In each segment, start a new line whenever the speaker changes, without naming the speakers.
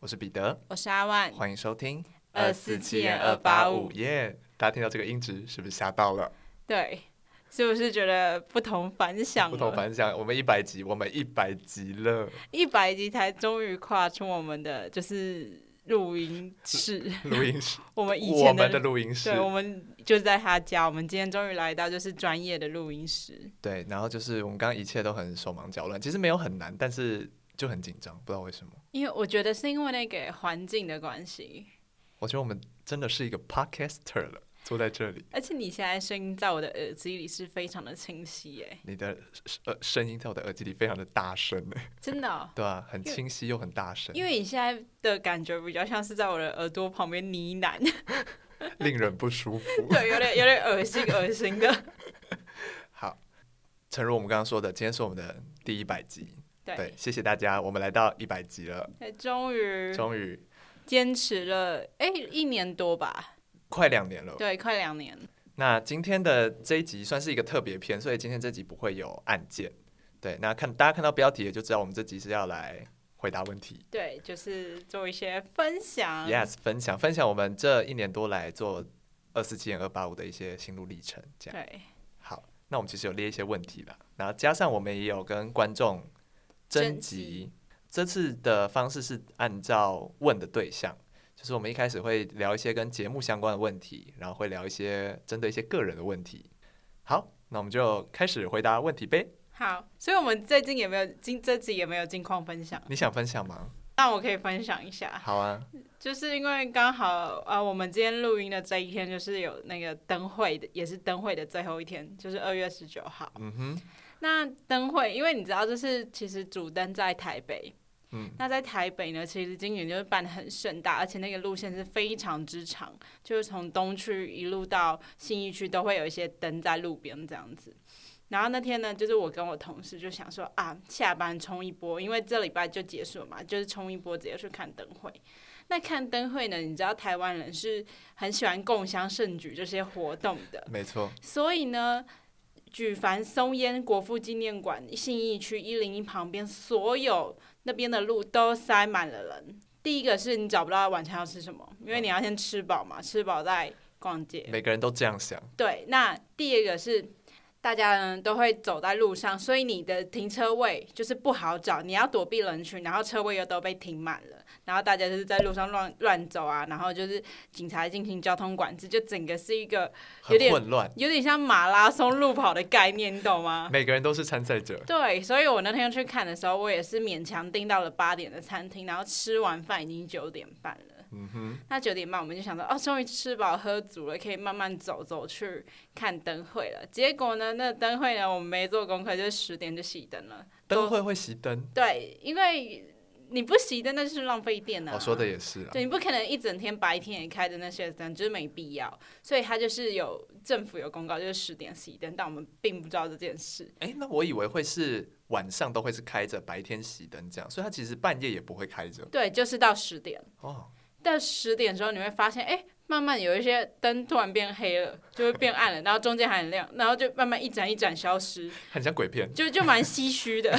我是彼得，
我是阿万，
欢迎收听
247285
耶！大家听到这个音质是不是吓到了？
对，是不是觉得不同凡响？
不同，凡响，我们一百集，我们一百集 了，
一百集才终于跨出我们的就是录音 室，
录音室，
我们以
我
前
们的录音室
对，，我们就是在他家，我们今天终于来到就是专业的录音室，
对，然后就是我们刚刚一切都很手忙脚乱，其实没有很难，但是就很紧张，不知道为什么。
因为我觉得是因为那个环境的关系，
我觉得我们真的是一个 podcaster 了，坐在这里，
而且你现在声音在我的耳机里是非常的清晰耶，
你的呃声音在我的耳机里非常的大声，哎
真的哦、
对啊，很
因为
清晰又很大声，
因为你现在的感觉比较像是在我的耳朵旁边呢喃，
令人不舒服。
对，有点有点恶心恶心的。
好，诚如我们刚刚说的，今天是我们的第一百集，
对，
谢谢大家，我们来到一百集了，
哎，终于
终于
坚持了哎一年多吧，
快两年了。
对，快两年。
那今天的这一集算是一个特别篇，所以今天这集不会有案件。对，那看大家看到标题也就知道，我们这集是要来回答问题。
对，就是做一些分享。
Yes，分享分享我们这一年多来做二四七点二八五的一些心路历程，这样
对，
好。那我们其实有列一些问题了，然后加上我们也有跟观众征
征
集
集。
这次的方式是按照问的对象，就是我们一开始会聊一些跟节目相关的问题，然后会聊一些针对一些个人的问题。好，那我们就开始回答问题呗。
好，所以我们最近也没有近这集也没有近况分享，
你想分享吗？
那我可以分享一下，
好啊，
就是因为刚好啊、呃我们今天录音的这一天就是有那个灯会的，也是灯会的最后一天，就是二月十九号。
嗯哼，
那灯会，因为你知道，就是其实主灯在台北，
嗯，
那在台北呢，其实今年就是办的很盛大，而且那个路线是非常之长，就是从东区一路到信义区都会有一些灯在路边这样子。然后那天呢，就是我跟我同事就想说啊，下班冲一波，因为这礼拜就结束了嘛，就是冲一波直接去看灯会。那看灯会呢，你知道台湾人是很喜欢共襄盛举这些活动的，
没错，
所以呢，举凡松烟国父纪念馆、信义区一零一旁边所有那边的路都塞满了人。第一个是你找不到晚餐要吃什么，因为你要先吃饱嘛，吃饱再逛街。
每个人都这样想，
对，那第二个是大家呢都会走在路上，所以你的停车位就是不好找，你要躲避人群，然后车位又都被停满了，然后大家就是在路上乱乱走啊，然后就是警察进行交通管制，就整个是一个
很
有点
混乱，
有点像马拉松路跑的概念，你懂吗？
每个人都是参赛者。
对，所以我那天去看的时候，我也是勉强订到了八点的餐厅，然后吃完饭已经九点半了。
嗯哼，
那九点半我们就想说，哦，终于吃饱喝足了，可以慢慢走走去看灯会了。结果呢，那灯会呢，我们没做功课，就十点就熄灯了。
灯会会熄灯，
对，因为你不熄灯，那就是浪费电啊。
我说的也是啊。
对，你不可能一整天白天也开着那些灯，就是没必要。所以他就是有政府有公告，就是十点熄灯，但我们并不知道这件事。
哎，那我以为会是晚上都会是开着，白天熄灯这样，所以它其实半夜也不会开着
对，就是到十点，
哦。
到十点之后你会发现，哎，慢慢有一些灯突然变黑了，就会变暗了，然后中间还很亮，然后就慢慢一盏一盏消失，
很像鬼片，
就就蛮唏嘘的，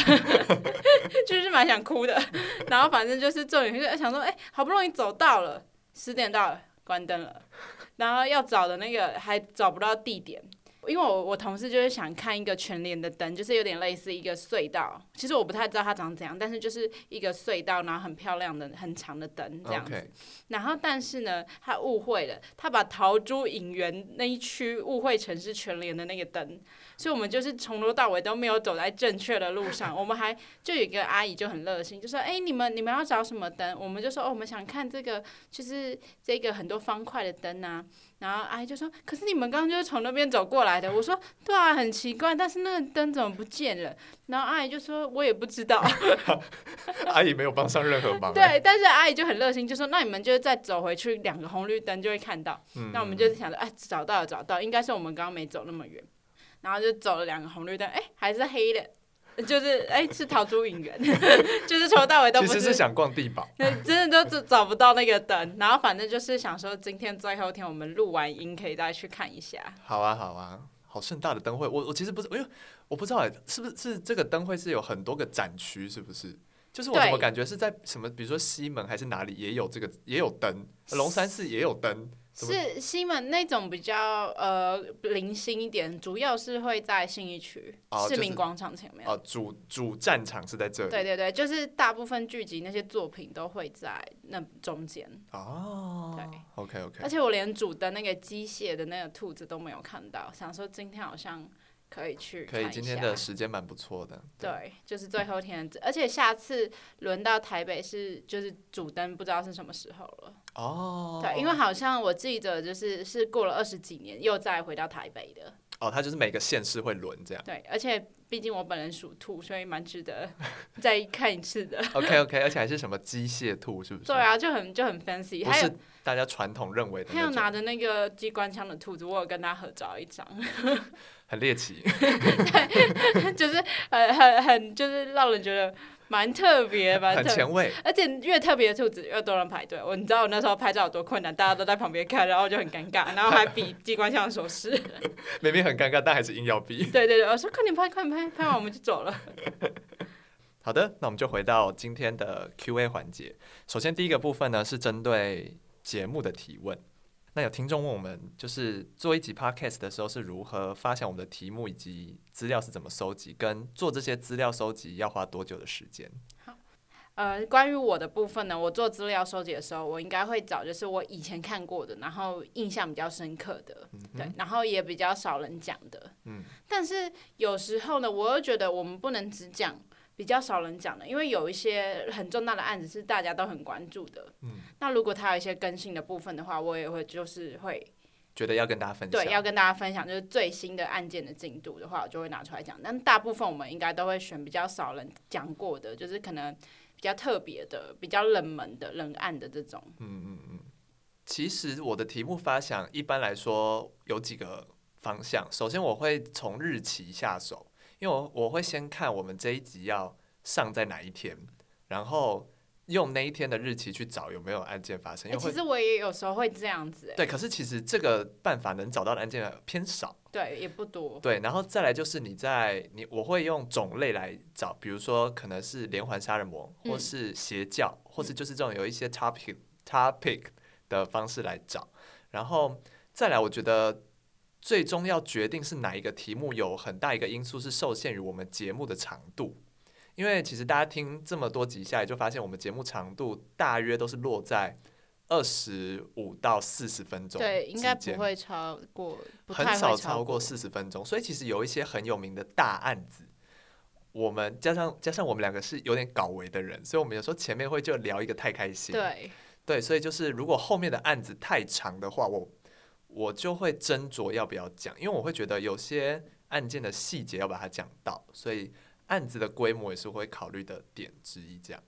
就是蛮想哭的。然后反正就是重点就是想说，哎，好不容易走到了，十点到了，关灯了，然后要找的那个还找不到地点。因为我我同事就是想看一个全联的灯，就是有点类似一个隧道。其实我不太知道它长怎样，但是就是一个隧道，然后很漂亮的、很长的灯这样子。
OK，
然后，但是呢，他误会了，他把桃珠影园那一区误会成是全联的那个灯，所以我们就是从头到尾都没有走在正确的路上。我们还就有一个阿姨就很热心，就说：“哎，你们你们要找什么灯？”我们就说：“哦，我们想看这个，就是这个很多方块的灯啊。”然后阿姨就说：“可是你们刚刚就是从那边走过来的。”我说：“对啊，很奇怪，但是那个灯怎么不见了？”然后阿姨就说：“我也不知道。”
阿姨没有帮上任何 忙。哎，
对，但是阿姨就很热心，就说那你们就是再走回去两个红绿灯就会看到。
嗯
那我们就是想着，哎，找到了，找到，应该是我们刚刚没走那么远，然后就走了两个红绿灯，哎，还是黑的，就是哎是逃出影园， 就是从头到尾都
其
不
实是想逛地堡，
那真的都找不到那个灯。然后反正就是想说，今天最后一天我们录完音可以再去看一下。
好啊好啊，好盛大的灯欸会，我我其实不是，因为我不知道哎，是不是是这个灯会是有很多个展区，是不是？就是我怎么
对
感觉是在什么，比如说西门还是哪里也有这个，也有灯，龙山寺也有灯，怎么
是西门那种比较呃零星一点，主要是会在信义区、
哦
市
就
民
是
广场前面。
啊、主主战场是在这里。
对对对，就是大部分剧集那些作品都会在那中间，
哦
对
，OK OK，
而且我连主的那个机械的那个兔子都没有看到，想说今天好像可以去
可
看一
以，
下。
今天的时间蛮不错的。
对，就是最后天，而且下次轮到台北是就是主灯，不知道是什么时候了。
哦，
对，因为好像我记得就是是过了二十几年又再回到台北的。
哦，它就是每个县市会轮 这样。
对，而且毕竟我本人属兔，所以蛮值得 再看一次的。
OK OK，而且还是什么机械兔，是不是？
对，啊，就很就很 fancy，
不
还
是
有
大家传统认为的
还有
那
拿
种，
着那个机关枪的兔子，我有跟他合照一张，
很猎奇。
就是很很很就是让人觉得蛮特别，蛮
很
特别
前卫。
而且越特别的兔子越多人排队，我你知道我那时候拍照有多困难，大家都在旁边看，然后我就很尴尬，然后还比机关枪的手势。
明明很尴尬，但还是硬要逼。
对对对，我说快点拍，快点拍，拍完我们就走了。
好的，那我们就回到今天的 Q&A 环节。首先第一个部分呢是针对节目的提问。那有听众问我们，就是做一集 podcast 的时候是如何发想我们的题目以及资料是怎么收集，跟做这些资料收集要花多久的时间？
呃，关于我的部分呢，我做资料收集的时候，我应该会找就是我以前看过的，然后印象比较深刻的，对，然后也比较少人讲的。
嗯，
但是有时候呢，我又觉得我们不能只讲比较少人讲的，因为有一些很重大的案子是大家都很关注的。
嗯，
那如果它有一些更新的部分的话，我也会就是会
觉得要跟大家分享。
对要跟大家分享，就是最新的案件的进度的话，我就会拿出来讲。但大部分我们应该都会选比较少人讲过的，就是可能比较特别的、比较冷门的冷案的这种。
其实我的题目发想一般来说有几个方向。首先，我会从日期下手，因为我我会先看我们这一集要上在哪一天，然后用那一天的日期去找有没有案件发生。因
欸
为
其
会
实我也有时候会这样子、欸，
对，可是其实这个办法能找到的案件偏少。
对，也不多。
对，然后再来就是你在你我会用种类来找，比如说可能是连环杀人魔，
嗯
或是邪教，或是就是这种有一些 topic topic 的方式来找，然后再来，我觉得最终要决定是哪一个题目，有很大一个因素是受限于我们节目的长度。因为其实大家听这么多集下来，就发现我们节目长度大约都是落在二十五到四十分钟之间，
对，应该不会超过，不太
很
会
少
超
超过四十分钟，所以其实有一些很有名的大案子，我们加上加上我们两个是有点搞维的人，所以我们有时候前面会就聊一个太开心，
对，
对所以就是如果后面的案子太长的话，我我就会斟酌要不要讲，因为我会觉得有些案件的细节要把它讲到，所以案子的规模也是会考虑的点之一，这样，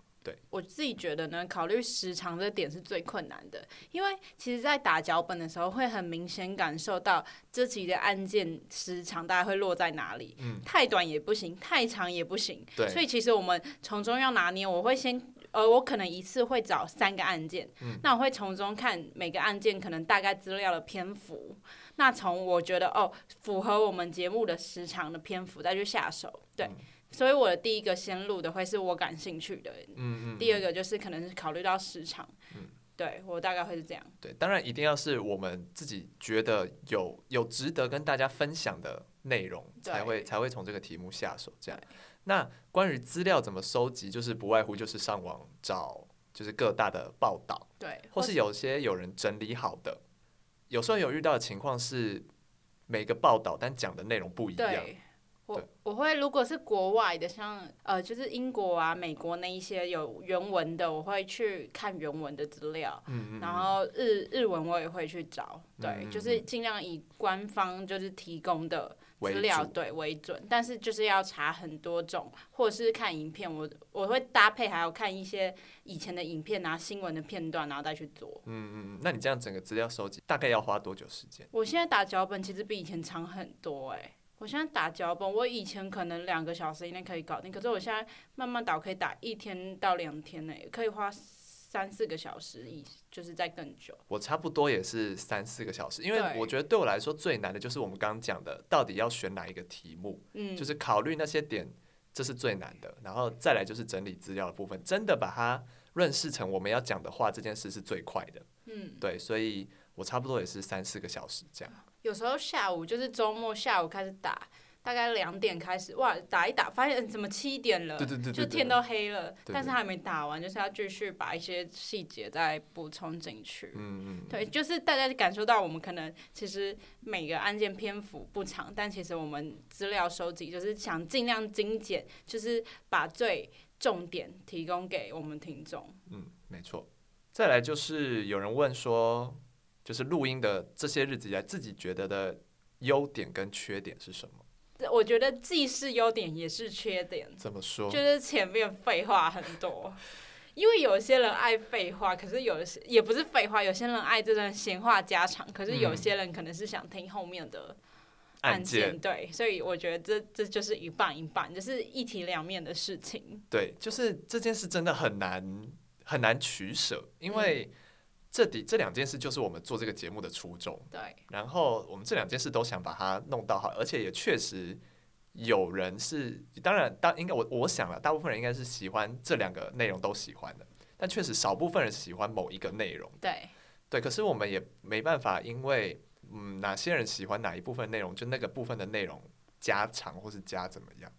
我自己觉得呢，考虑时长这点是最困难的，因为其实，在打脚本的时候，会很明显感受到这集的案件时长大概会落在哪里。
嗯
太短也不行，太长也不行。
对
所以其实我们从中要拿捏，我会先。呃，我可能一次会找三个案件，
嗯
那我会从中看每个案件可能大概资料的篇幅，那从我觉得哦符合我们节目的时长的篇幅再去下手，对，
嗯
所以我的第一个先录的会是我感兴趣的，
嗯嗯，嗯
第二个就是可能是考虑到市场，对我大概会是这样。
对，当然一定要是我们自己觉得有有值得跟大家分享的内容，
对
才会才会从这个题目下手。这样，那关于资料怎么收集，就是不外乎就是上网找，就是各大的报道，
对，
或是有些有人整理好的。有时候有遇到的情况是每个报道但讲的内容不一样，
对。我
对
我会如果是国外的，像呃，就是英国啊、美国那一些有原文的，我会去看原文的资料，
嗯嗯，
然后日日文我也会去找，对，
嗯嗯
就是尽量以官方就是提供的
为
资料
主
对为准，但是就是要查很多种，或者是看影片，我我会搭配还有看一些以前的影片啊、新闻的片段，然后再去做。
嗯嗯嗯，那你这样整个资料收集大概要花多久时间？
我现在打脚本其实比以前长很多哎、我现在打脚本，我以前可能两个小时以内可以搞定，可是我现在慢慢打，我可以打一天到两天呢、可以花三四个小时以，就是在更久。
我差不多也是三四个小时，因为
对
我觉得对我来说最难的就是我们刚刚讲的，到底要选哪一个题目，
嗯，
就是考虑那些点这是最难的。然后再来就是整理资料的部分，真的把它润饰成我们要讲的话，这件事是最快的。
嗯，
对，所以我差不多也是三四个小时这样。
有时候下午就是周末下午开始打，大概两点开始，哇，打一打，发现嗯怎么七点了，
对对对对
就天
对
都黑了，
对
但是还没打完，就是要继续把一些细节再补充进去。
嗯嗯，
对，就是大家就感受到我们可能其实每个案件篇幅不长，但其实我们资料收集就是想尽量精简，就是把最重点提供给我们听众。
嗯，没错。再来就是有人问说，就是录音的这些日子以来，自己觉得的优点跟缺点是什么？
这我觉得既是优点也是缺点，
怎么说？
就是前面废话很多。因为有些人爱废话，可是有些也不是废话，有些人爱这种闲话家常，可是有
嗯
些人可能是想听后面的
案
件，
件
对，所以我觉得这这就是一半一半，就是一体两面的事情。
对，就是这件事真的很难很难取舍，因为这底这两件事就是我们做这个节目的初衷。
对，
然后我们这两件事都想把它弄到好，而且也确实有人是，当然大应该我我想了，大部分人应该是喜欢这两个内容都喜欢的，但确实少部分人喜欢某一个内容。
对，
对，可是我们也没办法，因为嗯，哪些人喜欢哪一部分内容，就那个部分的内容加长或是加怎么样，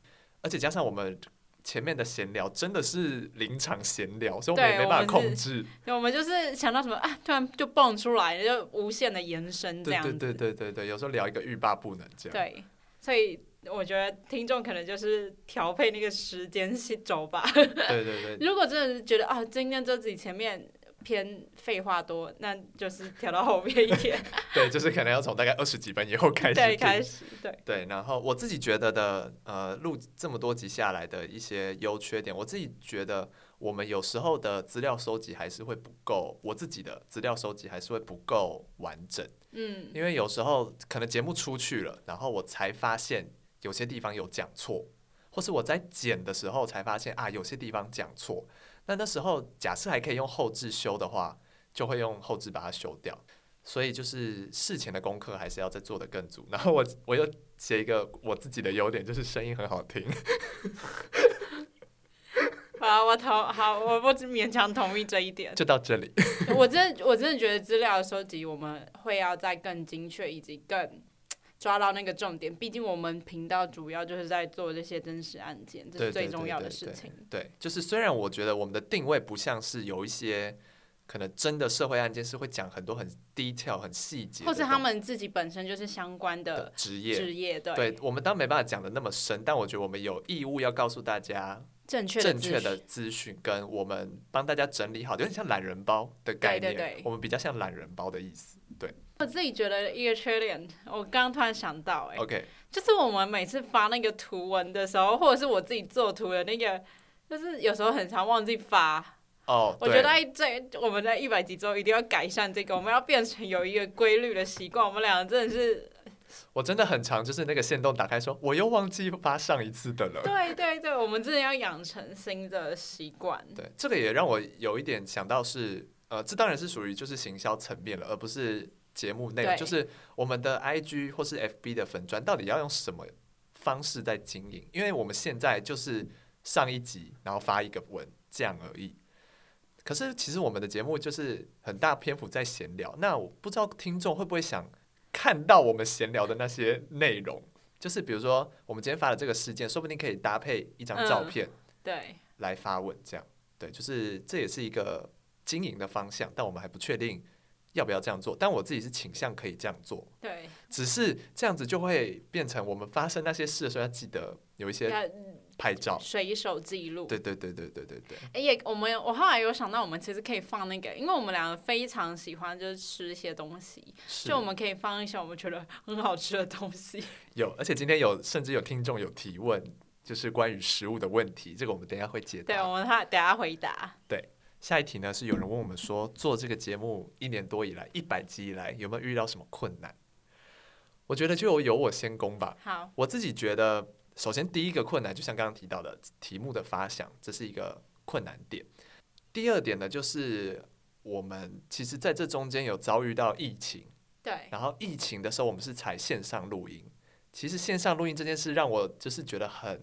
而且加上我们前面的闲聊真的是临场闲聊，所以我们
对
也没办法
我们
控制。
对我们就是想到什么啊，突然就蹦出来，就无限的延伸这
对
样
对
子。
对对对对，有时候聊一个欲罢不能这样。
对所以我觉得听众可能就是调配那个时间 轴吧。
对对对，
如果真的是觉得啊，今天这集前面偏废话多，那就是调到后面一点，
对，就是可能要从大概二十几分以后 开始
对，
听
开始，对，
对，然后我自己觉得的，呃，录这么多集下来的一些优缺点，我自己觉得我们有时候的资料收集还是会不够，我自己的资料收集还是会不够完整，
嗯，
因为有时候可能节目出去了，然后我才发现有些地方有讲错，或是我在剪的时候才发现啊，有些地方讲错。那那时候假设还可以用后置修的话，就会用后置把它修掉。所以就是事前的功课还是要再做的更足。 然后我我又写一个我自己的优点，就是声音很好听。
好，啊我同好，我不勉强同意这一点。
就到这里，
我真的我真的觉得资料的收集，我们会要再更精确，以及更抓到那个重点。毕竟我们频道主要就是在做这些真实案件，这
对
是
对
最重要的
对
事情。
对，就是虽然我觉得我们的定位不像是有一些可能真的社会案件是会讲很多很 detail 很细节的东
或
西，
是他们自己本身就是相关
的
的
职业，
职业，对
对我们当然没办法讲的那么深，但我觉得我们有义务要告诉大家
正确的
正
资
确
讯
的资讯，跟我们帮大家整理好的，有点像懒人包的概念。
对对
我们比较像懒人包的意思。对
我自己觉得一个缺点，我刚刚突然想到、哎、
，OK，
就是我们每次发那个图文的时候，或者是我自己做图的那个，就是有时候很常忘记发。
哦，
我
对
觉得这我们在一百集之后一定要改善这个，我们要变成有一个规律的习惯。我们俩真的是，
我真的很常就是那个线动打开说，我又忘记发上一次的了。
对对对，我们真的要养成新的习惯。
对，这个也让我有一点想到是，呃，这当然是属于就是行销层面了，而不是节目内容。
对
就是我们的 IG 或是 FB 的粉砖到底要用什么方式在经营？因为我们现在就是上一集，然后发一个文这样而已。可是其实我们的节目就是很大篇幅在闲聊，那我不知道听众会不会想看到我们闲聊的那些内容，就是比如说我们今天发的这个事件，说不定可以搭配一张照
嗯
片。
对，
来发问，这样对，就是这也是一个经营的方向，但我们还不确定要不要这样做。但我自己是倾向可以这样做，
对，
只是这样子就会变成我们发生那些事的时候要记得有一些
要
拍照。
随手记录。
对对对对对对对，
哎、也我们我后来有想到，我们其实可以放那个，因为我们两个非常喜欢就是吃一些东西，
是
就我们可以放一些我们觉得很好吃的东西。
有，而且今天有甚至有听众有提问，就是关于食物的问题，这个我们等一下会解
对，哦
答。
我们他等下回答。
下一题呢是有人问我们说，做这个节目一年多以来，一百集以来有没有遇到什么困难？我觉得就由我先攻吧。
好，
我自己觉得，首先第一个困难，就像刚刚提到的题目的发想，这是一个困难点。第二点呢，就是我们其实在这中间有遭遇到疫情，
对，
然后疫情的时候我们是采线上录音。其实线上录音这件事让我就是觉得很，因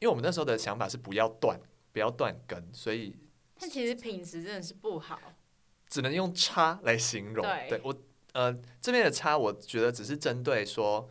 因为我们那时候的想法是不要断，不要断根，所以
但其实品质真的是不好。
只能用差来形容。
对
我，呃，这边的差，我觉得只是针对说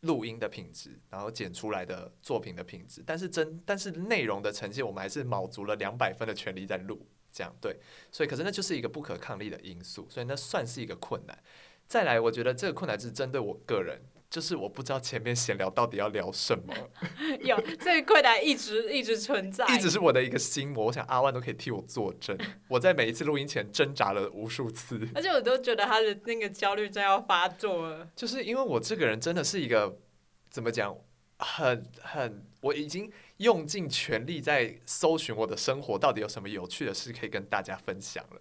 录音的品质，然后剪出来的作品的品质，但是真但是内容的呈现，我们还是卯足了两百分的全力在录，这样对。所以，可是那就是一个不可抗力的因素，所以那算是一个困难。再来，我觉得这个困难是针对我个人，就是我不知道前面闲聊到底要聊什么，
有这个困难一直一直存在，
一直是我的一个心魔。我想阿万都可以替我作证，我在每一次录音前挣扎了无数次。
而且我都觉得他的那个焦虑症要发作了。
就是因为我这个人真的是一个怎么讲，很很，我已经用尽全力在搜寻我的生活到底有什么有趣的事可以跟大家分享了，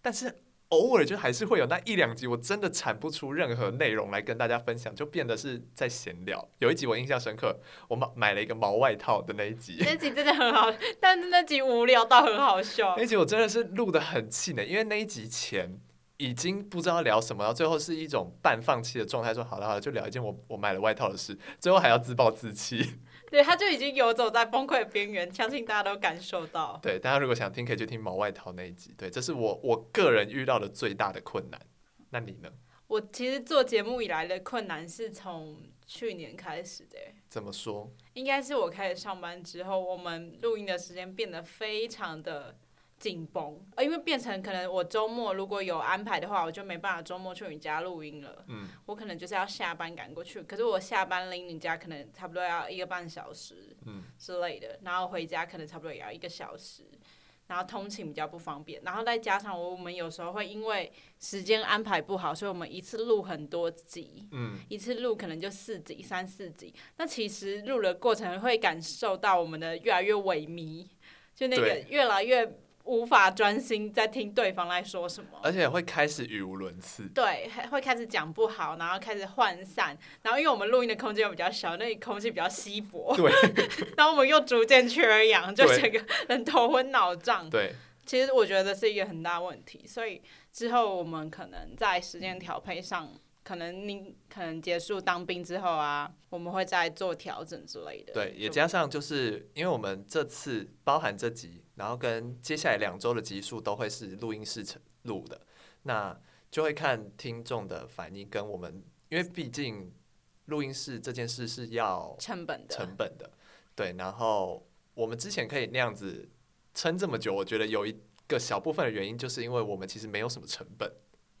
但是偶尔就还是会有那一两集，我真的产不出任何内容来跟大家分享，就变得是在闲聊。有一集我印象深刻，我买买了一个毛外套的那一集，
那集真的很好，但是那集无聊到很好笑
那。一集我真的是录的很气馁，因为那一集前已经不知道聊什么，然后最后是一种半放弃的状态，说好了好了，就聊一件我我买了外套的事，最后还要自暴自弃。
对，他就已经游走在崩溃的边缘，相信大家都感受到。
对，大家如果想听，可以去听毛外套那一集。对，这是我我个人遇到的最大的困难。那你呢？
我其实做节目以来的困难是从去年开始的耶，欸
怎么说？
应该是我开始上班之后，我们录音的时间变得非常的紧绷，呃，因为变成可能我周末如果有安排的话，我就没办法周末去你家录音了。
嗯，
我可能就是要下班赶过去，可是我下班离你家可能差不多要一个半小时，
嗯
之类的，然后回家可能差不多也要一个小时。然后通勤比较不方便，然后再加上我们有时候会因为时间安排不好，所以我们一次录很多集，
嗯，
一次录可能就四集、三四集，那其实录的过程会感受到我们的越来越萎靡，就那个
对
越来越无法专心在听对方在说什么。
而且会开始语无伦次。
对，还会开始讲不好，然后开始涣散，然后因为我们录音的空间又比较小，那里空气比较稀薄，
对
然后我们又逐渐缺氧，就
对
整个人头昏脑胀。
对，
其实我觉得是一个很大问题，所以之后我们可能在时间调配上，可能您可能结束当兵之后啊，我们会再做调整之类的。
对，也
就
加上就是因为我们这次包含这集，然后跟接下来两周的集数都会是录音室录的，那就会看听众的反应跟我们，因为毕竟录音室这件事是要
成本的。
成本的，对。然后我们之前可以那样子撑这么久，我觉得有一个小部分的原因，就是因为我们其实没有什么成本，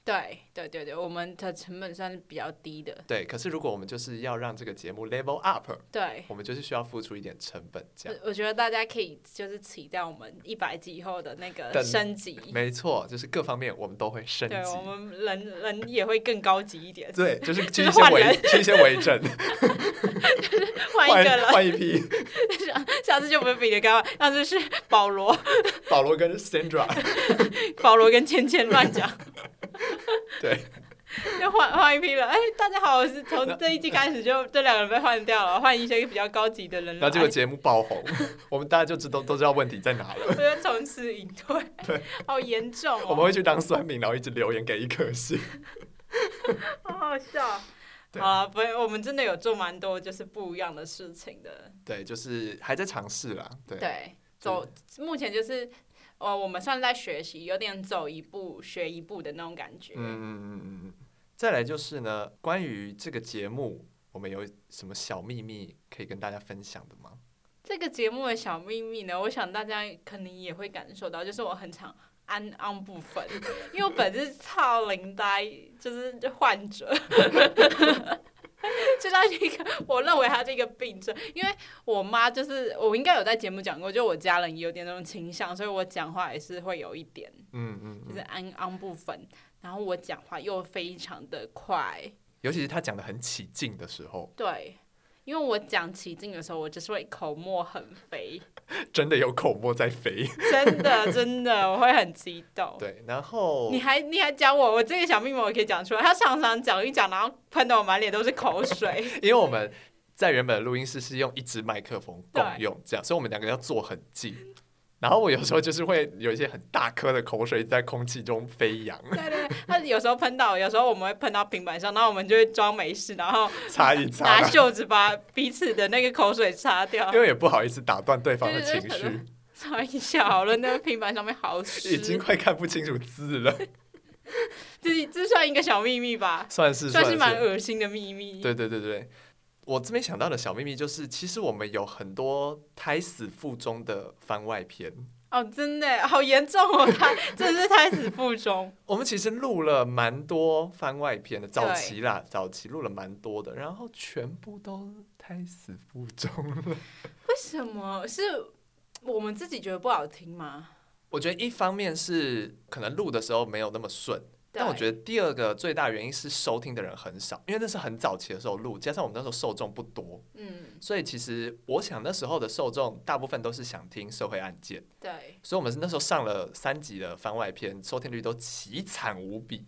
对对对对，我们的成本算是比较低的。
对。可是如果我们就是要让这个节目 level up，
对，
我们就是需要付出一点成本，这样。
我我觉得大家可以就是期待我们一百集以后的那个
等
升级。
没错，就是各方面我们都会升级
对。我们人人也会更高级一点，
对， 就是去
是
一些
换
为
人
去一些为政，
换一个
换
人，
换一批
下次就不是彼得高，下次是保罗，
保罗跟 Sandra。
保罗跟芊芊乱讲。
对，
就换换一批人，哎，大家好，我是从这一季开始就这两个人被换掉了，换一些比较高级的人
然
来哎
后，这个节目爆红，我们大家就知道都知道问题在哪了。
我就从此隐退，好严重
我们
哦，
会去当酸民，然后一直留言给一颗星。
好好笑。
对
好啊了，不会，我们真的有做蛮多就是不一样的事情的，
对，就是还在尝试啦。对，
对，走，目前就是，呃，我们算是在学习，有点走一步学一步的那种感觉。
嗯嗯嗯嗯嗯。再来就是呢，关于这个节目，我们有什么小秘密可以跟大家分享的吗？
这个节目的小秘密呢，我想大家可能也会感受到，就是我很常安安不分，因为我本身是超龄呆，就是患者。 就像一个，我认为它是一个病症，因为我妈就是我应该有在节目讲过，就我家人也有点那种倾向，所以我讲话也是会有一点，
嗯嗯
就是
嗯，
安安不分，然后我讲话又非常的快，
尤其是他讲的很起劲的时候，
对，因为我讲起劲的时候，我就是会口沫横飞，
真的有口沫在飞。
真的真的，我会很激动。
对，然后
哦你还你还讲我，我这个小秘密我可以讲出来。他常常讲一讲，然后喷的我满脸都是口水。
因为我们在原本的录音室是用一支麦克风共用，这样，所以我们两个要坐很近。然后我有时候就是会有一些很大颗的口水在空气中飞扬，
对对，对他有时候喷到，有时候我们会喷到平板上，然后我们就会装没事，然后
擦一擦
拿，袖子把彼此的那个口水 擦掉
因，为也不好意思打断对方的
对对
情
对
绪，
擦一下好了。那个平板上面 好
已经
湿，
快看不清楚字了，
这这算一个小秘密吧，
算是
算是
是
蛮恶心的秘密。
对对对对，我这边想到的小秘密就是，其实我们有很多胎死腹中的番外篇。
哦，真的好严重哦， 他真的是胎死腹中。
我们其实录了蛮多番外篇的，早期啦，早期录了蛮多的，然后全部都胎死腹中了。
为什么是我们自己觉得不好听吗？
我觉得一方面是可能录的时候没有那么顺，但我
得
觉得第二个最大原因是收听的人很少，因为那是很早期的时候录，加上我们那时候受众不多，
嗯，
所以其实我想那时候的受众大部分都是想听社会案件。
对，
所以我们是那时候上了三集的番外篇，收听率都奇惨无比。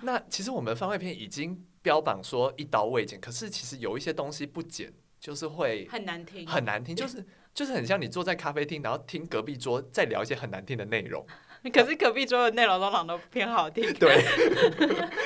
那其实我们番外篇已经标榜说一刀未剪，可是其实有一些东西不剪就是会
很难听，
很难听，就是就是很像你坐在咖啡厅，然后听隔壁桌在聊一些很难听的内容。
可是隔壁桌的内容通常都偏好听。
对，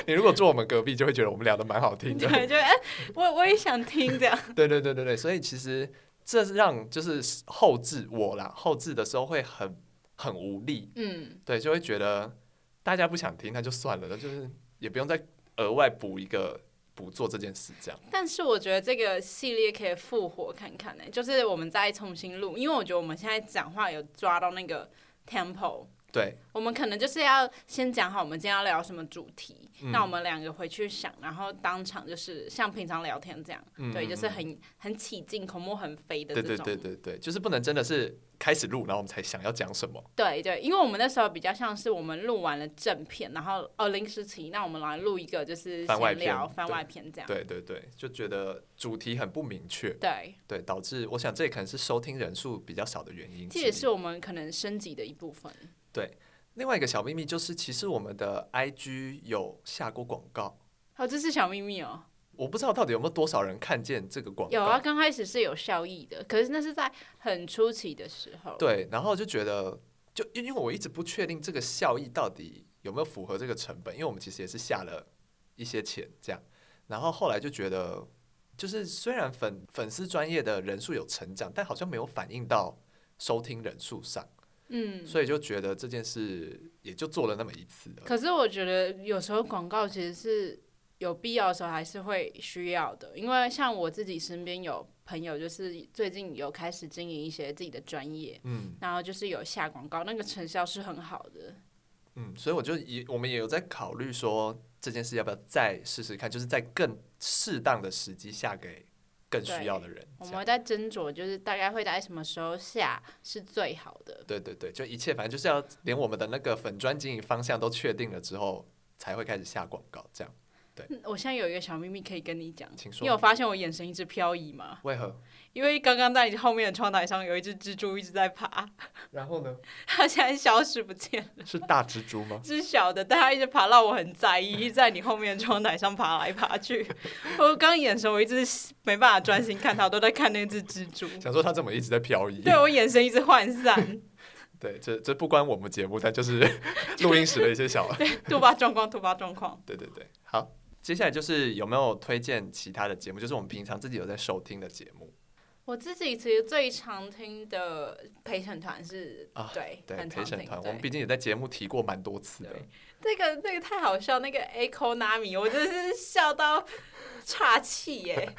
你如果坐我们隔壁，就会觉得我们聊得蛮好听的。
对，就哎、我我也想听 这样。
对对对对对，所以其实这让就是后置我啦，后置的时候会很很无力，
嗯，
对，就会觉得大家不想听，那就算了，那就是也不用再额外补一个补做这件事，这样。
但是我觉得这个系列可以复活看看呢、就是我们再重新录，因为我觉得我们现在讲话有抓到那个 tempo。
对，
我们可能就是要先讲好我们今天要聊什么主题，
嗯
那我们两个回去想，然后当场就是像平常聊天这样，
嗯
对，就
嗯
是
嗯
很很起劲，口沫很飞的
对
这种。
对对对对，就是不能真的是开始录，然后我们才想要讲什么。
对对，因为我们那时候比较像是我们录完了正片，然后哦临时起，那我们来录一个就是
番外
闲
篇
聊番
对
外篇这样。
对对对，就觉得主题很不明确，
对，
对，导致我想这也可能是收听人数比较少的原因之
这
一。
也是我们可能升级的一部分。
另外一个小秘密，就是其实我们的 IG 有下过广告，
哦，这是小秘密哦。
我不知道到底有没有多少人看见这个广告。
有啊，刚开始是有效益的，可是那是在很初期的时候。
对，然后就觉得，就因因为我一直不确定这个效益到底有没有符合这个成本，因为我们其实也是下了一些钱这样，然后后来就觉得，就是虽然粉粉丝专业的人数有成长，但好像没有反映到收听人数上，
嗯。
所以就觉得这件事也就做了那么一次了。
可是我觉得有时候广告其实是有必要的时候还是会需要的，因为像我自己身边有朋友，就是最近有开始经营一些自己的专业，
嗯
然后就是有下广告，那个成效是很好的。
嗯，所以我就也我们也有在考虑说这件事要不要再试试看，就是在更适当的时机下给更需
对
要的人。
我
这
们
样
会在斟酌，就是大概会在什么时候下是最好的。
对对对，就一切反正就是要连我们的那个粉砖经营方向都确定了之后，才会开始下广告。这样
嗯我现在有一个小秘密可以跟你讲，
请说
你有发现我眼神一直漂移吗？
为何？
因为刚刚在你后面的窗台上有一只蜘蛛一直在爬，
然后呢？
它现在消失不见了。
是大蜘蛛吗？
是小的，但他一直爬到我很在意，一直在你后面的窗台上爬来爬 去。我刚眼神我一直没办法专心看他，我都在看那只蜘蛛。
想说它怎么一直在漂移？
对我眼神一直涣散，
对，这这不关我们节目，但 就是录音室的一些小。
突发状况，突发状况。
对对对，好。接下来就是有没有推荐其他的节目，就是我们平常自己有在收听的节目
我自己其实最常听的陪审团是，
啊？
对，
对，
很
陪
常
审
听。
团，我
对
们毕竟也在节目提过蛮多次的
对。这个这个太好笑，那个 Echo Nami，我真的是笑到岔气 耶。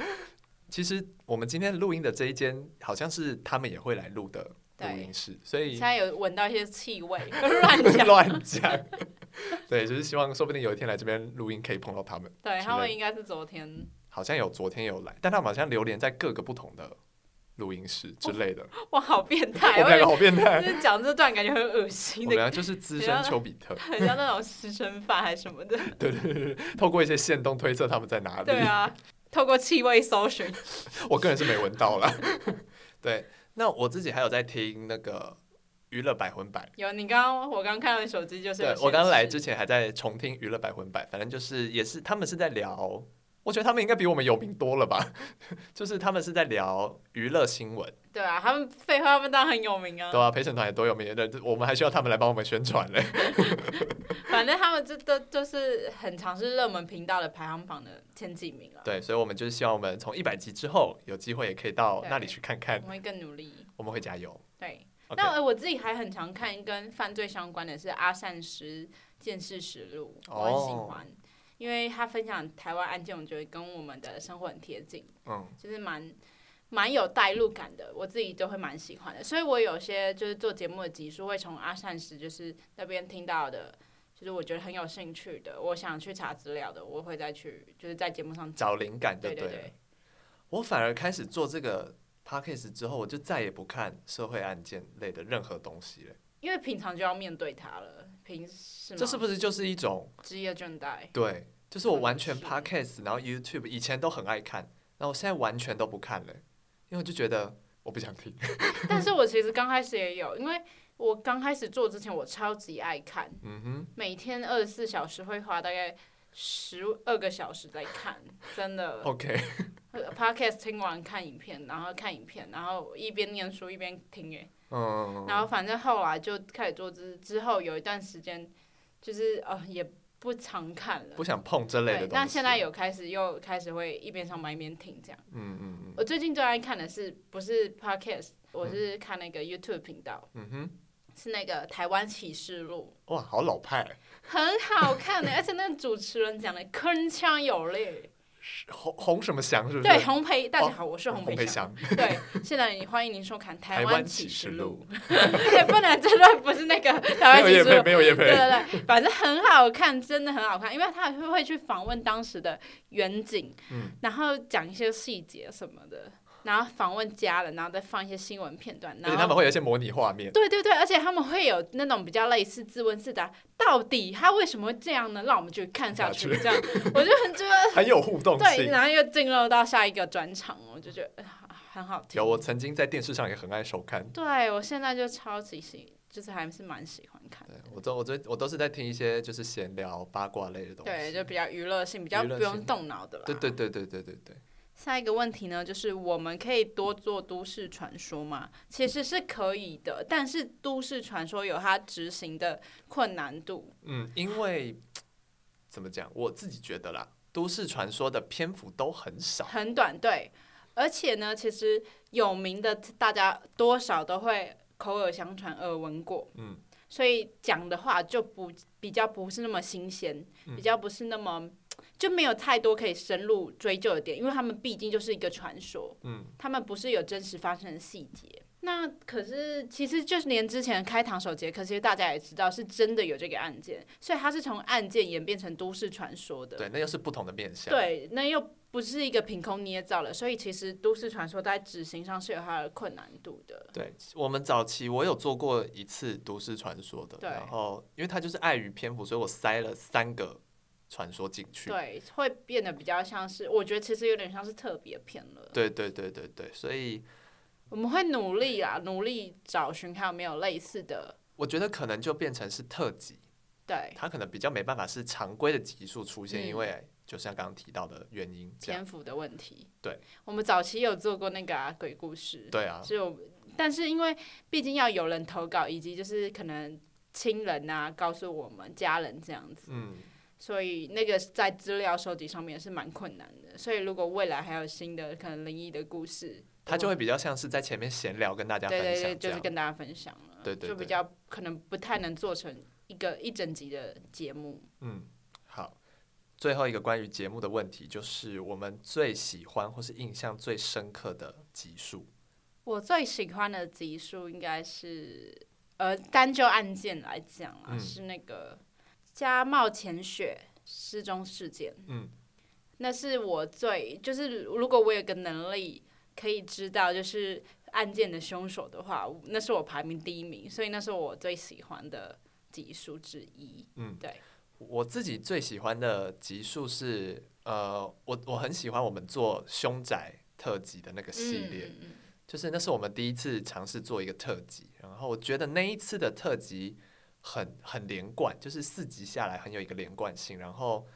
其实我们今天录音的这一间，好像是他们也会来录的录
对
音室，所以
现在有闻到一些 气味，乱讲。
乱讲。 对，就是希望，说不定有一天来这边录音可以碰到他们。
对
之
他
类
们
的
应该是昨天
好像有昨天有来，但他们好像流连在各个不同的录音室之类的。
哇，好变
我
态！
们两个好变态，
就是讲这段感觉很恶
我
心
们
的，
俩就是资深丘比特，
很像那种私生饭还是什 么的。
对对对对，透过一些线动推测他们在哪里。
啊对啊，透过气味搜寻。
我个人是没闻到啦。 对，那我自己还有在听那个娱乐百分百。
有你刚刚我刚看到你手机就是有
对
显示
我刚来之前还在重听娱乐百分百，反正就是也是他们是在聊我觉得他们应该比我们有名多了吧？ 就是他们是在聊娱乐新闻，
对啊，他们废话，他们当然很有名啊
对。啊，陪审团也多有名的，我们还需要他们来帮我们宣传 嘞。
反正他们这都都是很常是热门频道的排行榜的前几名啊。
对，所以我们就是希望我们从一百集之后有机会也可以到
对
那里去看
我
看，
们会更努力。
我们会加油。
对，
OK，
那我我自己还很常看跟犯罪相关的是《阿善师见识实录》，我很喜
哦
欢，因为他分享台湾案件，我觉得跟我们的生活很贴近。
嗯，
就是蛮蛮有代入感的，我自己都会蛮喜欢的。所以我有些就是做节目的集数，会从阿善师就是那边听到的，就是我觉得很有兴趣的，我想去查资料的，我会再去就是在节目上
找灵感就
对
对了。
对，
我反而开始做这个 podcast 之后，我就再也不看社会案件类的任何东西了。
因为平常就要面对它了，平时
这是不是就是一种
职业倦怠？
对？就是我完全
是
podcast，然后 YouTube 以前都很爱看，然后我现在完全都不看了，因为我就觉得我不想
嗯
听。
但是我其实刚开始也有，因为我刚开始做之前，我超级爱看，
嗯哼，
每天二十四小时会花大概十二个小时在看，真的。 呃
OK，
podcast 听完看影片，然后看影片，然后一边念书一边听诶，
嗯，
然后反正后来就开始做之之后有一段时间，就是呃也不常看了
不。想碰这类的东，
对
西。
那现在，有开始又开始会一边上班一边听这样。
嗯嗯嗯
我最近最爱看的是不是 podcast，我是看那个 YouTube 频道，
嗯哼，
是那个台湾启示录，
哇，好老派，啊
很好看的、而且那个主持人讲的铿锵有力。
红红什么祥是不是？哦
对，红培，大家好，我是红培
培
祥。
祥，
对，现在欢迎您收看《台湾启示录》
录，
对，不能这段不是那个台湾
没有
启
叶
示
配，
录。
没有叶
对对
配，
对，反正很好看，真的很好看，因为他会会去访问当时的远景，
嗯
然后讲一些细节什么的，然后访问家人，然后再放一些新闻片段，
而且
然
他们
后
会有一些模拟画面。
对对对，而且他们会有那种比较类似自问自答，到底他为什么会这样呢？让我们去看下去，
下
这样我就 很觉得
很有互动
对，
性。
然后又进入到下一个转场，我就觉得啊很好听。
有，我曾经在电视上也很爱收看。
对我现在就超级喜，就是还是蛮喜欢看的
对。我都我最我都是在听一些就是闲聊八卦类的东西。
对，就比较娱乐性，比较
娱乐
不用
性
动脑的啦。
对对。对对对对对
下一个问题呢，就是我们可以多做都市传说吗？其实是可以的，但是都市传说有它执行的困难度。
嗯，因为怎么讲，我自己觉得啦，都市传说的篇幅都很少。
很短，对。而且呢，其实有名的大家多少都会口耳相传、耳闻过，
嗯，
所以讲的话就不比较不是那么新鲜，
嗯
比较不是那么就没有太多可以深入追究的点，因为他们毕竟就是一个传说，
嗯，
他们不是有真实发生的细节。那可是，其实就是连之前开膛手杰克，其实大家也知道是真的有这个案件，所以它是从案件演变成都市传说的。
对，那又是不同的面向。
对，那又不是一个凭空捏造的，所以其实都市传说在执行上是有它的困难度的。
对，我们早期我有做过一次都市传说的，
对
然后因为它就是碍于篇幅，所以我塞了三个传说进去。
对，会变得比较像是，我觉得其实有点像是特别篇了。
对对对对对，所以
我们会努力啊，努力找寻看有没有类似的。
我觉得可能就变成是特辑。
对，
它可能比较没办法是常规的集数出现，
嗯
因为就像刚刚提到的原因这样。
篇幅的问题。
对，
我们早期有做过那个、啊、鬼故事，
对啊，
就但是因为毕竟要有人投稿，以及就是可能亲人啊告诉我们家人这样子，
嗯，
所以那个在资料收集上面是蛮困难的。所以如果未来还有新的可能灵异的故事，
它就
我
会比较像是在前面闲聊跟大家分
嗯对对对，
享这
就是
样。
跟大家分享了，
对对
就比
对
较可能不太能做成一个一整集的节目。
嗯，好。最后一个关于节目的问题，就是我们最喜欢或是印象最深刻的集数。
我最喜欢的集数应该是，呃，单就案件来讲啊，
嗯
是那个家茂潜雪失踪事件。
嗯，
那是我最就是，如果我有个能力可以知道就是案件的凶手的话，那是我排名第一名，所以那是我最喜欢的集数之一。
嗯我自己最喜欢的集数是，呃，我我很喜欢我们做凶宅特辑的那个系列。
嗯嗯嗯
就是那是我们第一次尝试做一个特辑，然后我觉得那一次的特辑很很连贯，就是四集下来很有一个连贯性，然后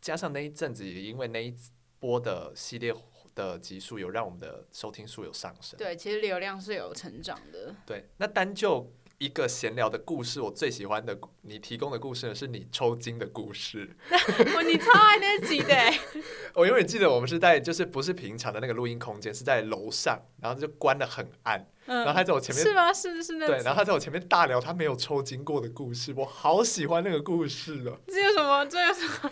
加上那一阵子也因为那一播的系列的集数有让我们的收听数有上升。
对，其实流量是有成长的。
对，那单就一个闲聊的故事，我最喜欢的你提供的故事呢，是你抽筋的故事。
我你超爱那集的欸，
我永远记得我们是在就是不是平常的那个录音空间，是在楼上，然后就关的很暗，然后
嗯，
他在我前面。
是吗？是是那
对，
集，
然后他在我前面大聊他没有抽筋过的故事，我好喜欢那个故事哦！
这有什么？这有什么？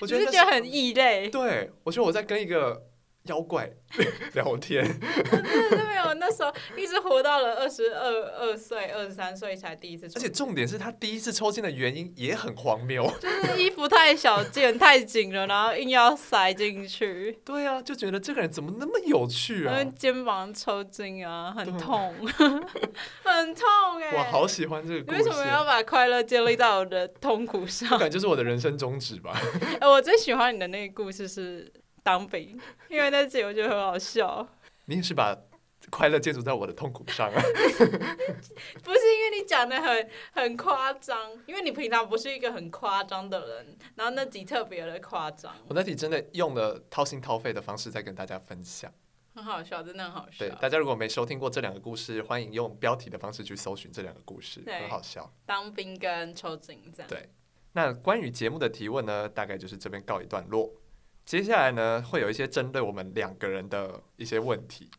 我
你
觉得
是
那
觉得很异类，
对，我觉得我在跟一个妖怪 聊天。
真的没有。那时候一直活到了二十二二岁、二十三岁才第一次
而
出，
且重点是他第一次抽筋的原因也很荒谬。
就是衣服太小件、太紧了，然后硬要塞进去，
对啊，就觉得这个人怎么那么有趣
然
啊
后！肩膀抽筋啊，很
对
痛， 很痛哎、
我好喜欢这个
你
故
为
事啊
什，么要把快乐建立在我的痛苦上
这？感觉就是我的人生宗旨吧。
哎、我最喜欢你的那个故事是当兵，因为那集我觉得很好笑，
你也是把快乐建筑在我的痛苦上啊。
不是因为你讲的很很夸张，因为你平常不是一个很夸张的人，然后那集特别的夸张，
我那题真的用了掏心掏肺的方式在跟大家分享。
很好笑，真的很好笑
对，。大家如果没收听过这两个故事，欢迎用标题的方式去搜寻这两个故事，
对
很好笑。
当兵跟抽筋这样，
对那关于节目的提问呢，大概就是这边告一段落。接下来呢，会有一些针对我们两个人的一些问题。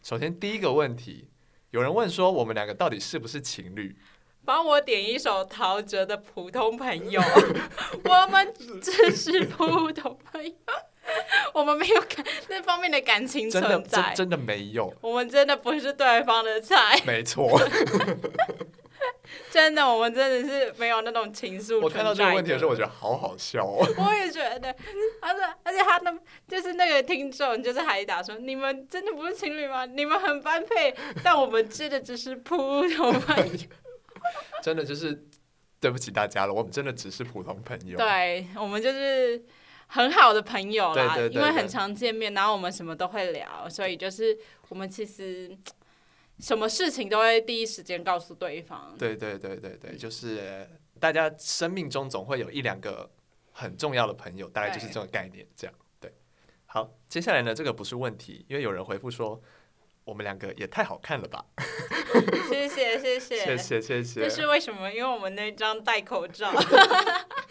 首先，第一个问题，有人问说我们两个到底是不是情侣？
帮我点一首陶喆的《普通 朋友》，我们只是普通朋友，我们没有感那方面的感情
真的
存
真
在，
真的没有，
我们真的不是对方的菜。
没错。
真的，我们真的是没有那种情愫。
我看到这个问题的时候，我
觉
觉得好好笑哦。
得， 我也觉得，而且而且他那就是那个听众，就是海打说，你们真的不是情侣吗？你们很般配，但我们真的只是普通朋友。
真的就是对不起大家了，我们真的只是普通朋 友。
对，我们就是很好的朋友啦，
对对对
因为
对
很常见面，然后我们什么都会聊，所以就是我们其实什么事情都会第一时间告诉对方。
对对对对对，就是大家生命中总会有一两个很重要的朋友，大概就是这种概念，这样对。好，接下来呢，这个不是问题，因为有人回复说我们两个也太好看了吧，
谢谢谢
谢谢谢
这
谢。
是为什么？因为我们那张戴口罩。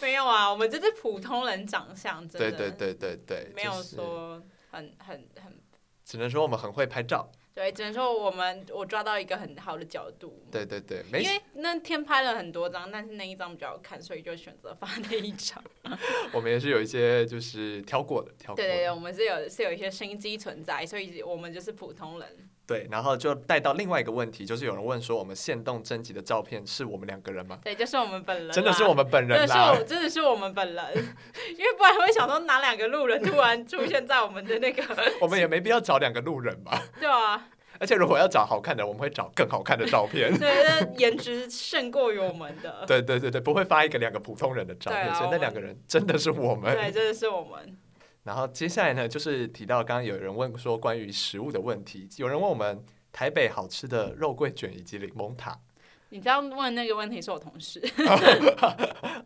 没有啊，我们就是普通人长相，真
对
的
对对对对，
没有
就是
说很很很
只能说我们很会拍照。
对，只能说我们我抓到一个很好的角度。
对对对，没
因为那天拍了很多张，但是那一张比较好看，所以就选择发那一张。
我们也是有一些就是挑过的，挑过
对对对，
的
我们是有是有一些心机存在，所以我们就是普通人。
对，然后就带到另外一个问题，就是有人问说我们现动征集的照片是我们两个人吗？
对，就是我们本人啦。
真的是我们本人
真的是我
啦。
真的是我们本人，因为不然会想说哪两个路人突然出现在我们的那个
我们也没必要找两个路人吧。
对啊，
而且如果要找好看的，我们会找更好看的照 片。
对，那颜值胜过于我们的，
对对对对，不会发一个两个普通人的照
对
片，
啊
所以
我
那
们
两个人真的是我
对，
们。
真的是我们。
然后接下来呢，就是提到刚刚有人问说关于食物的问题，有人问我们台北好吃的肉桂卷以及柠檬塔。
你这样问那个问题是我同事。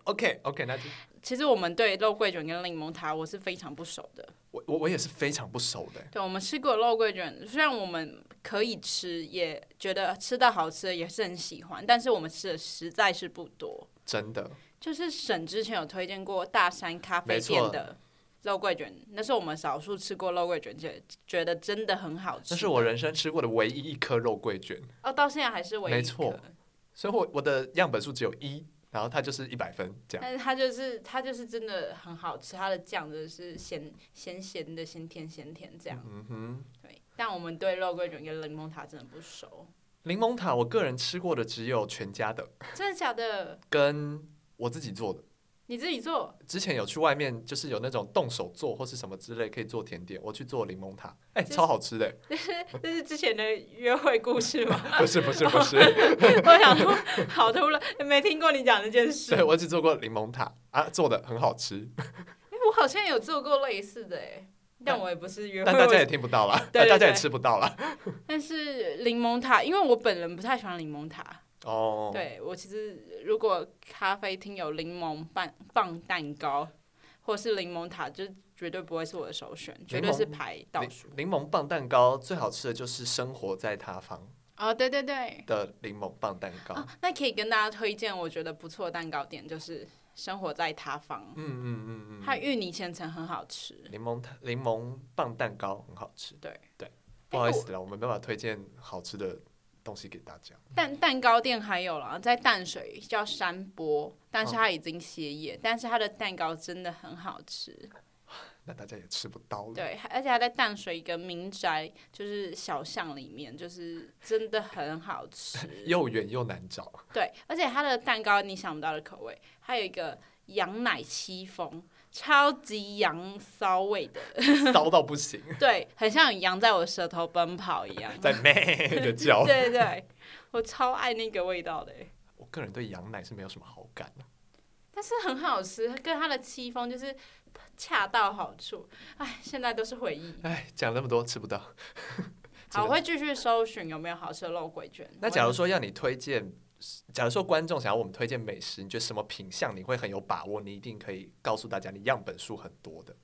OK OK，那就
其实我们对肉桂卷跟柠檬塔我是非常不熟的。
我我我也是非常不熟的。
对，我们吃过肉桂卷，虽然我们可以吃，也觉得吃到好吃的也是很喜欢，但是我们吃的实在是不多。
真的，
就是沈之前有推荐过大山咖啡店的肉桂卷，那是我们少数吃过肉桂卷，觉觉得真的很好吃的。
那是我人生吃过的唯一一颗肉桂卷，
哦，到现在还是唯一
没
一
错
颗
所以我我的样本数只有一，然后它就是一百分这样。
但是它就是它就是真的很好吃，它的酱真的是咸咸咸的，咸甜咸甜这样。
嗯哼，
对，但我们对肉桂卷跟柠檬塔真的 不熟，
柠檬塔我个人吃过的只有全家的
真的假的？
跟我自己做的。
你自己做？
之前有去外面，就是有那种动手做或是什么之类可以做甜点，我去做柠檬塔，哎、
就是
超好吃 的！
这是之前的约会故事 吗？
不是不是不 是，
我想说，好突然，没听过你讲这件事
对。我只做过柠檬塔啊，做的很好 吃，
哎我好像有做过类似的哎，但我也不是约会
但大家也听不到啦，
对对
大家也
对
吃不到啦。
但是柠檬塔，因为我本人不太喜欢柠檬塔。
哦，
对我其实如果咖啡厅有柠檬蛋棒蛋糕，或是柠檬塔，就绝对不会是我的首选，绝
柠
对是
檬
排倒
柠
数。
柠檬棒蛋糕最好吃的就是生活在他方
哦，对对对，
的柠檬棒蛋糕。
哦，那可以跟大家推荐，我觉得不错的蛋糕店就是生活在他方，
嗯嗯嗯
它
嗯，
芋泥千层很好吃。
柠檬塔柠檬棒蛋糕很好吃。
对
对，不好意思啦，我们没办法推荐好吃的东西给大家。
蛋蛋糕店还有啦，在淡水叫山坡，但是
哦
它已经歇业，但是它的蛋糕真的很好吃。
那大家也吃不到了。
对，而且它在淡水一个民宅，就是小巷里面，就是真的很好吃。
又远又难找，
对，而且它的蛋糕你想不到的口味，还有一个羊奶戚风，超级羊骚味的，
骚到不 行，
对，很像有羊在我舌头奔跑一样。
在咩的叫。
对对，我超爱那个味道的欸，
我个人对羊奶是没有什么好感啊的，
但是很好吃，跟它的戚风就是恰到好处。哎，现在都是回忆。
哎，讲那么多吃不到。
好，我会继续搜寻有没有好吃的肉桂卷。
那假如说要你推荐，假如说观众想要我们推荐美食，你觉得什么品相你会很有把握？你一定可以告诉大家，你样本数很多的，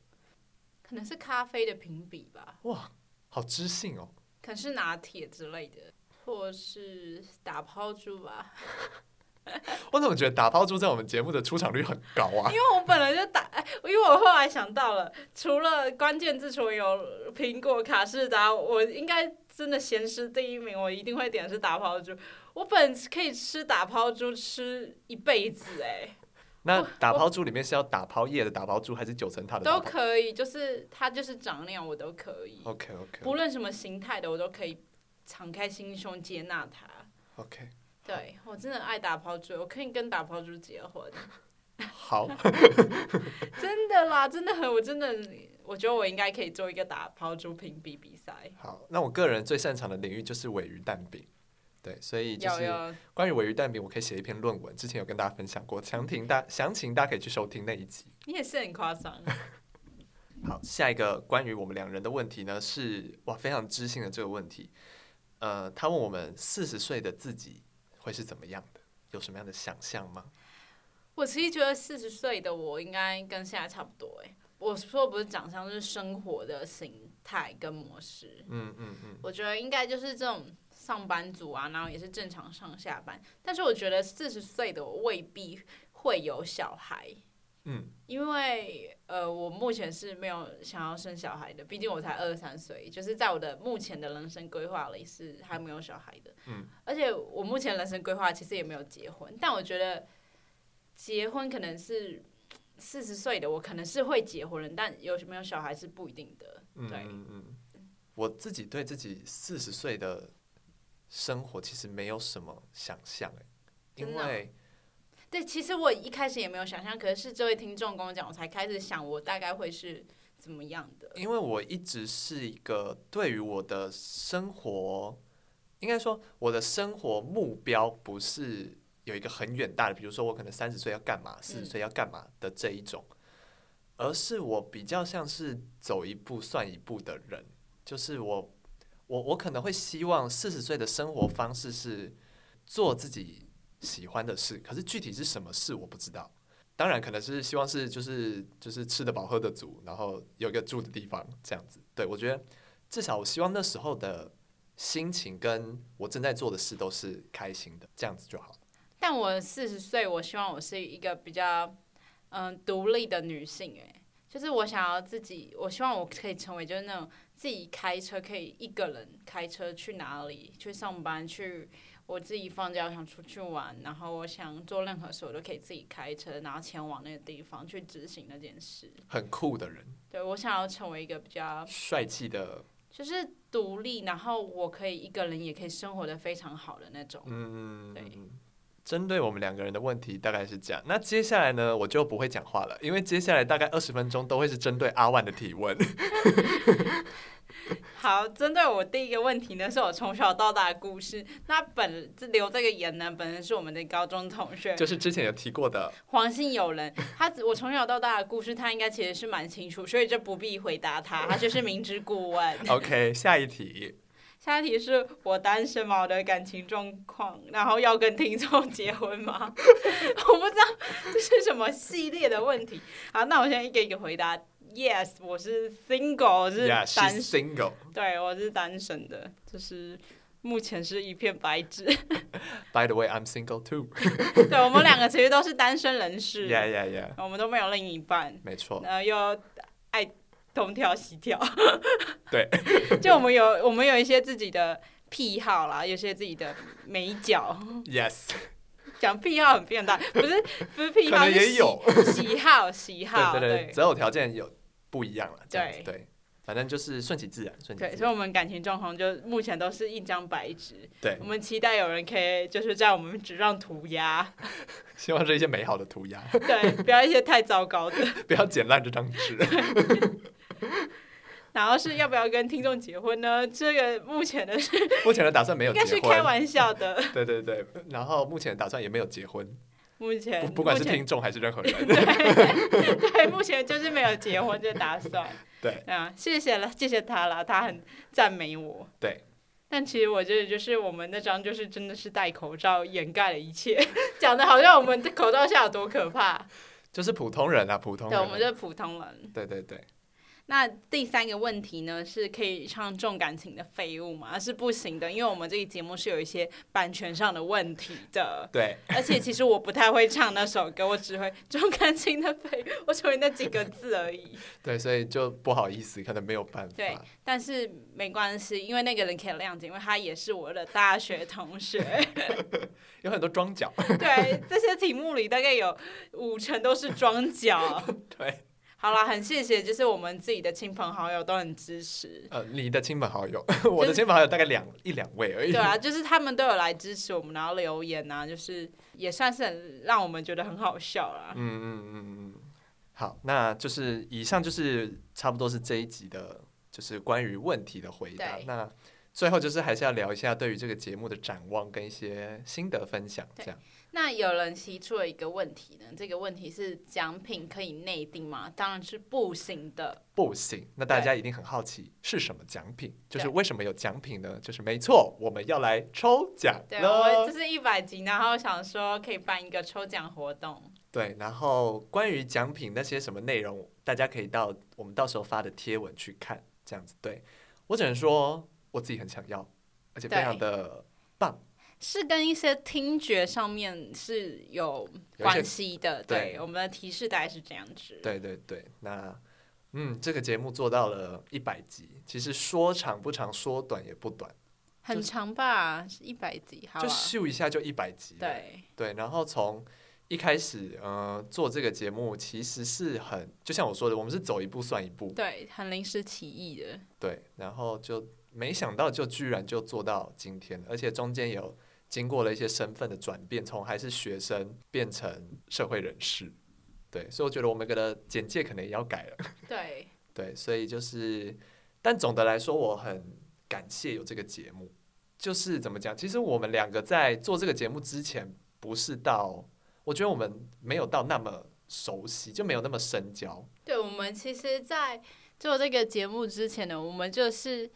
可能是咖啡的评比吧，
好知性哦。
可能是拿铁之类的，或是打抛猪吧。
我怎么觉得打抛猪在我们节目的出场率很高啊？
因为 我本来就打，哎因为我后来想到了，除了关键字，除了有苹果、卡士达，我应该真的咸湿第一名，我一定会点的是打抛猪。我本可以吃打抛猪吃一辈子、哎
那打抛猪里面是要打抛叶的打抛猪，还是九层塔
哎，
的
都
打抛
可以，就是它就是长那样，我都可以，
？OK OK
不论什么形态的，我都可以敞开心胸接纳它。
OK，
对我真的爱打抛猪，我可以跟打抛猪结婚，
好，
真的啦，真的很，我真的，我觉得我应该可以做一个打抛猪评比比赛。
好。那我个人最擅长的领域就是尾鱼蛋饼，对，所以就
有
是
有，
关于尾鱼蛋饼，我可以写一篇论文，之前有跟大家分享过，详情大详情大家可以去收听那一集。
你也是很 夸张。
好，下一个关于我们两人的问题呢是哇非常知性的这个问题，呃，他问我们四十岁的自己会是怎么样的，有什么样的想象吗？
我其实觉得四十岁的我应该跟现在差不多哎、我说的不是长相，就是生活的形态跟模式。
嗯嗯嗯，
我觉得应该就是这种上班族啊，然后也是正常上下班。但是我觉得四十岁的我未必会有小孩，
嗯，
因为呃，我目前是没有想要生小孩的，毕竟我才二十三岁，就是在我的目前的人生规划里是还没有小孩的。
嗯，
而且我目前人生规划其实也没有结婚，但我觉得结婚可能是四十岁的我可能是会结婚了，但有没有小孩是不一定的。
嗯
对，
嗯嗯，我自己对自己四十岁的生活其实没有什么想象哎，因
真的哦
为
对，其实我一开始也没有想象，可是是这位听众跟我讲，我才开始想我大概会是怎么样的。
因为我一直是一个对于我的生活，应该说我的生活目标不是有一个很远大的，比如说我可能三十岁要干嘛，四十岁要干嘛的这一种，而是我比较像是走一步算一步的人，就是我我我可能会希望四十岁的生活方式是做自己喜欢的事，可是具体是什么事我不知道。当然，可能是希望是就是就是吃得饱喝得足，然后有一个住的地方这样子。对我觉得至少我希望那时候的心情跟我正在做的事都是开心的，这样子就好了。
但我四十岁，我希望我是一个比较嗯独立的女性、哎，就是我想要自己，我希望我可以成为就是那种自己开车可以一个人开车去哪里，去上班，去我自己放假我想出去玩，然后我想做任何事我都可以自己开车，然后前往那个地方去执行那件事。
很酷的人，
对我想要成为一个比较
帅气的，
就是独立，然后我可以一个人也可以生活的非常好的那种。
嗯
对，
针对我们两个人的问题大概是这样。那接下来呢，我就不会讲话了，因为接下来大概二十分钟都会是针对阿万的提问。
好，针对我第一个问题呢，是我从小到大的故事。那本这留这个言呢，本人是我们的高中同学
就是之前有提过的，
黄姓友人。他我从小到大的故事，他应该其实是蛮清楚，所以就不必回答他，他就是明知故问。
OK，下一题。
下一题是我单身吗？我的感情状况，然后要跟听众结婚吗？ 我不知道这是什么系列的问题。好，那我先一个一个回答。Yes，我是 single，我是
Yeah,
单
she's single。
对，我是单身的，就是目前是一片白纸。
By the way, I'm single too.
对我们两个其实都是单身人士
Yeah, yeah, yeah。
我们都没有另一半，
没错，
然后又爱东跳西跳。
对，
就我们有我们有一些自己的癖好啦，有些自己的美角。
，yes，
讲癖好很变态，不是不是癖
可
好，
能
是
也
喜
有
喜好喜好。
对对对，
对
择偶条件有不一样了，这样子
对
对，反正就是顺其自然，顺其
对，
自
所以
然，
我们感情状况就目前都是一张白纸。
对
我，们期待有人可以就是在我们纸上涂鸦，
希望是一些美好的涂鸦，
对，不要一些太糟糕的。
不要剪烂这张纸。
然后是要不要跟听众结婚呢？这个目前的是
目前的打算没有
应该是
结
开
婚，
玩笑的。
对对对，然后目前的打算也没有结婚，
目前
不不管是
目前
听众还是任何人，
对，目前就是没有结婚的打算。
对，
啊，谢谢了，谢谢他了，他很赞美我。
对。
但其实我觉得，就是我们那张就是真的是戴口罩掩盖了一切， 讲的好像我们的口罩下有多可怕。
就是普通人啊，普通
对，我们
人，
就是普通人。
对对对，
那第三个问题呢，是可以唱重感情的废物吗？是不行的，因为我们这个节目是有一些版权上的问题的。
对，
而且其实我不太会唱那首歌，我只会 重感情的废物，我只会那几个字而已。
对，所以就不好意思，可能没有办法。
对但是没关系，因为那个人可以谅解，因为他也是我的大学同学。
有很多装脚，
对，这些题目里大概有五成都是装脚。
对，
好啦，很谢谢，就是我们自己的亲朋好友都很支持。
呃，你的亲朋好 友，我的亲朋好友大概两一两位而已。
对啊，就是他们都有来支持我们，然后留言啊，就是也算是很让我们觉得很好笑啦。
嗯嗯嗯嗯嗯，好，那就是以上就是差不多是这一集的，就是关于问题的回答
对。
那最后就是还是要聊一下对于这个节目的展望跟一些心得分享，这
对
样。
那有人提出了一个问题呢，这个问题是奖品可以内定吗？当然是不行的。
不行，那大家一定很好奇是什么奖品，就是
对
为什么有奖品呢？就是没错，我们要来抽奖
对，啊我们
了
这。是一百集，然后想说可以办一个抽奖活动。
对，然后关于奖品那些什么内容，大家可以到我们到时候发的贴文去看，这样子。对我只能说我自己很想要，而且非常的
是跟一些听觉上面是
有
有
一些
关系的，
对
对，我们的提示大概是这样子。
对对对，那嗯，这个节目做到了一百集，其实说长不长，说短也不短，
很长吧，是一百集，好
就
吧？
咻一下就一百集了。
对
对，然后从一开始，呃，做这个节目其实是很，就像我说的，我们是走一步算一步，
对，很临时起意的，
对，然后就没想到就居然就做到今天了，而且中间有经过了一些身份的转变，从还是学生变成社会人士，对，所以我觉得我们的简介可能也要改了。
对，
对，所以就是，但总的来说，我很感谢有这个节目。就是怎么讲，其实我们两个在做这个节目之前，不是到，我觉得我们没有到那么熟悉，就没有那么深交。
对。我们其实，在做这个节目之前呢，我们就是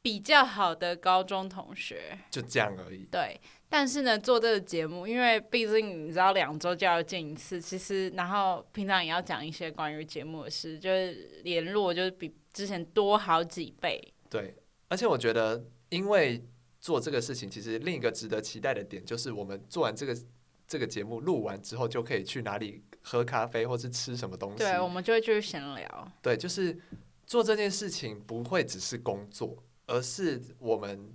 比较好的高中同学，
就这样而已。
对。但是呢，做这个节目，因为毕竟你知道两周就要见一次，其实然后平常也要讲一些关于节目的事，就是联络就是比之前多好几倍。
对，而且我觉得，因为做这个事情，其实另一个值得期待的点就是，我们做完这个这个节目，录完之后就可以去哪里喝咖啡，或是吃什么东西。
对，我们就会继续闲聊。
对，就是做这件事情不会只是工作，而是我们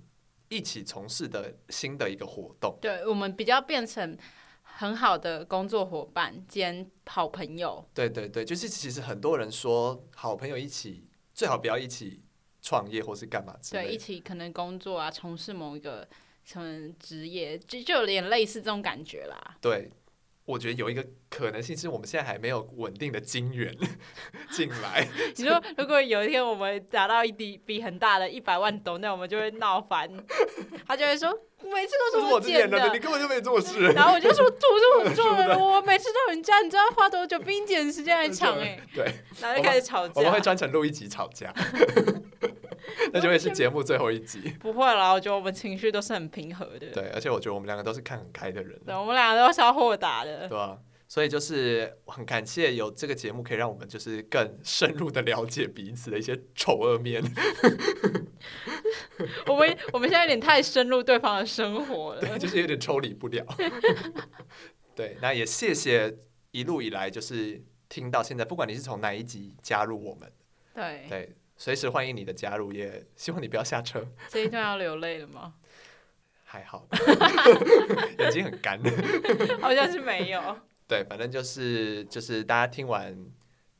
一起从事的新的一个活动。
对，我们比较变成很好的工作伙伴兼好朋友。
对对对，就是其实很多人说，好朋友一起最好不要一起创业或是干嘛之
对，
类
一
的。
起可能工作啊，从事某一个什么职业，就就有点类似这种感觉啦。
对，我觉得有一个可能性是我们现在还没有稳定的金源 进来。
你说，如果有一天我们达到一笔笔很大的一百万斗，那我们就会闹 翻，他就会说每次
这
都
是
我
我
捡
捡
的
的，。你根本就没做事。
然后我就说，图是我做的，我每次到人家，你知道花多久比你捡 的 时间还长哎、
对，
然后就开始吵
我们会
架。
专程录一集吵架，那就会是节目最后一集。
不会啦，我觉得我们情绪都是很平和的。
对，而且我觉得我们两个都是看很开的人，
对，我们俩都是要豁达 的。
对啊？所以就是很感谢有这个节目，可以让我们就是更深入的了解彼此的一些丑恶面。
我们我们现在有点太深入对方的生活了。
对，就是有点抽离不了。对，那也谢谢一路以来就是听到现在，不管你是从哪一集加入我们，
对，
对，随时欢迎你的加入，也希望你不要下车，
这一段要流泪了吗？
还好， 眼睛很干。
好像是没有。
对，反正就是就是大家听完，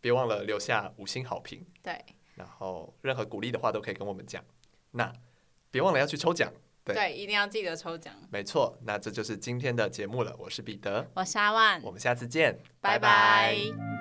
别忘了留下五星好评，
对
然后任何鼓励的话都可以跟我们讲。那别忘了要去抽奖，对
对，一定要记得抽奖。
没错，那这就是今天的节目了。我是彼得，
我是阿万，
我们下次见，
拜拜